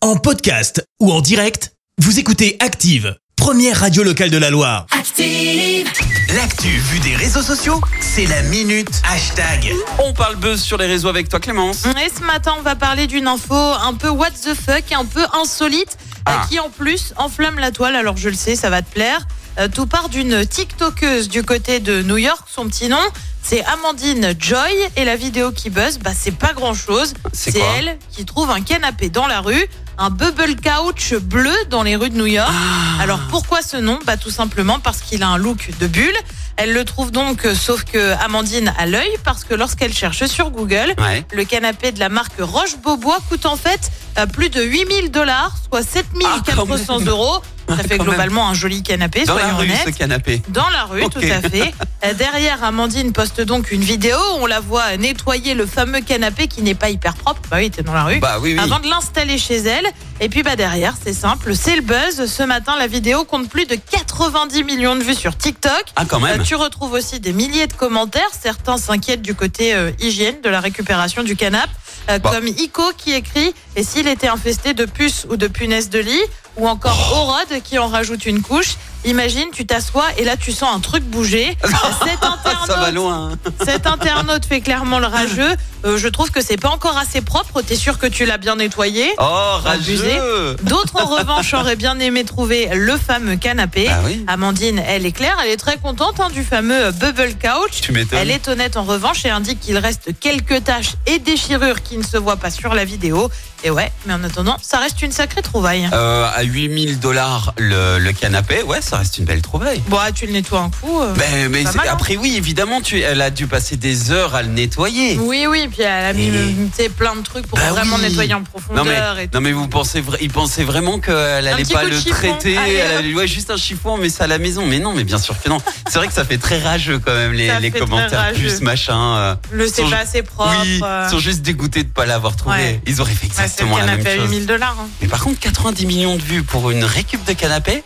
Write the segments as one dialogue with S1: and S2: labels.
S1: En podcast ou en direct, vous écoutez Active, première radio locale de la Loire.
S2: Active.
S3: L'actu vue des réseaux sociaux, c'est la minute hashtag.
S4: On parle buzz sur les réseaux avec toi Clémence.
S5: Mmh. Et ce matin, on va parler d'une info un peu what the fuck, un peu insolite, euh,
S4: Ah.
S5: qui en plus enflamme la toile. Alors je le sais, ça va te plaire. Euh, tout part d'une TikTokeuse du côté de New York. Son petit nom, c'est Amandine Joy. Et la vidéo qui buzz, bah, c'est pas grand chose.
S4: C'est quoi
S5: elle qui trouve un canapé dans la rue, un bubble couch bleu dans les rues de New York.
S4: Ah.
S5: Alors pourquoi ce nom Bah tout simplement parce qu'il a un look de bulle. Elle le trouve donc, euh, sauf que Amandine a l'œil parce que lorsqu'elle cherche sur Google,
S4: Ouais.
S5: le canapé de la marque Roche Beaubois coûte en fait euh, plus de 8000 dollars, soit
S4: Ah, quand
S5: 7400
S4: même.
S5: euros. Ça
S4: Ouais,
S5: fait
S4: quand
S5: globalement un joli canapé,
S4: Dans
S5: soyons
S4: la rue
S5: honnêtes.
S4: ce canapé.
S5: Dans la rue,
S4: Ok.
S5: tout à fait. Euh, Derrière, Amandine poste donc une vidéo. On la voit nettoyer le fameux canapé qui n'est pas hyper propre. Bah oui, t'es dans la rue.
S4: Bah oui oui.
S5: Avant de l'installer chez elle. Et puis bah derrière, c'est simple, c'est le buzz. Ce matin, la vidéo compte plus de 90 millions de vues sur TikTok.
S4: Ah quand même.
S5: Euh, tu retrouves aussi des milliers de commentaires. Certains s'inquiètent du côté euh, hygiène de la récupération du canapé. euh,
S4: Bah.
S5: Comme Ico qui écrit Et s'il était infesté de puces ou de punaises de lit Ou encore
S4: Oh.
S5: Horode qui en rajoute une couche. Imagine, tu t'assois et là tu sens un truc bouger. Cet
S4: Ça va
S5: internaute,
S4: loin.
S5: cet internaute fait clairement le rageux. Euh, je trouve que c'est pas encore assez propre. T'es sûr que tu l'as bien nettoyé
S4: Oh
S5: Abusé.
S4: rageux.
S5: D'autres en revanche auraient bien aimé trouver le fameux canapé.
S4: Bah oui.
S5: Amandine, elle est claire, elle est très contente hein, du fameux euh, bubble couch.
S4: Tu m'étonnes.
S5: Elle est honnête en revanche et indique qu'il reste quelques taches et déchirures qui ne se voient pas sur la vidéo. Et ouais, mais en attendant, ça reste une sacrée trouvaille.
S4: Euh, à 8000 dollars le, le canapé, ouais, ça reste une belle trouvaille.
S5: Bon, ah, tu le nettoies un coup. euh.
S4: Mais, mais
S5: Pas
S4: c'est-
S5: mal, hein.
S4: après oui, évidemment, tu, elle a dû passer des heures à le nettoyer.
S5: Oui, oui, puis elle a mis
S4: Et-
S5: euh, tu sais, plein de trucs pour
S4: Bah
S5: vraiment
S4: oui.
S5: nettoyer en
S4: Non mais,
S5: profondeur. et tout.
S4: non mais vous pensez, vra- il pensait vraiment qu'elle allait
S5: petit
S4: pas
S5: coup de
S4: le
S5: chiffon.
S4: traiter,
S5: Allez,
S4: elle
S5: hop.
S4: allait ouais, juste un chiffon, mais ça à la maison. Mais non, mais bien sûr que non. C'est vrai que ça fait très rageux quand même les,
S5: Ça
S4: les
S5: fait très
S4: commentaires
S5: rageux.
S4: plus machin. euh.
S5: Le c'est
S4: sont-
S5: pas assez propre.
S4: oui,
S5: euh,
S4: ils sont juste dégoûtés de pas l'avoir trouvé.
S5: Ouais.
S4: Ils auraient fait
S5: bah, c'est le
S4: exactement la
S5: canapé
S4: même
S5: à
S4: chose.
S5: 8000 dollars. hein.
S4: Mais par contre, 90 millions de vues pour une récup de canapé.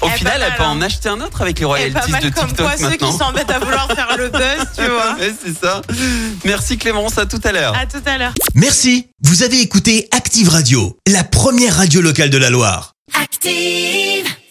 S4: Au
S5: Eh,
S4: final,
S5: pas
S4: elle
S5: mal,
S4: peut
S5: hein.
S4: en acheter un autre avec les
S5: Et pas
S4: royalties
S5: mal
S4: de
S5: comme
S4: TikTok
S5: quoi ceux qui
S4: maintenant.
S5: s'embêtent à vouloir faire le buzz, tu vois.
S4: Ouais, c'est ça. Merci Clémence, à tout à l'heure.
S5: À tout à l'heure.
S1: Merci, vous avez écouté Active Radio, la première radio locale de la Loire.
S2: Active.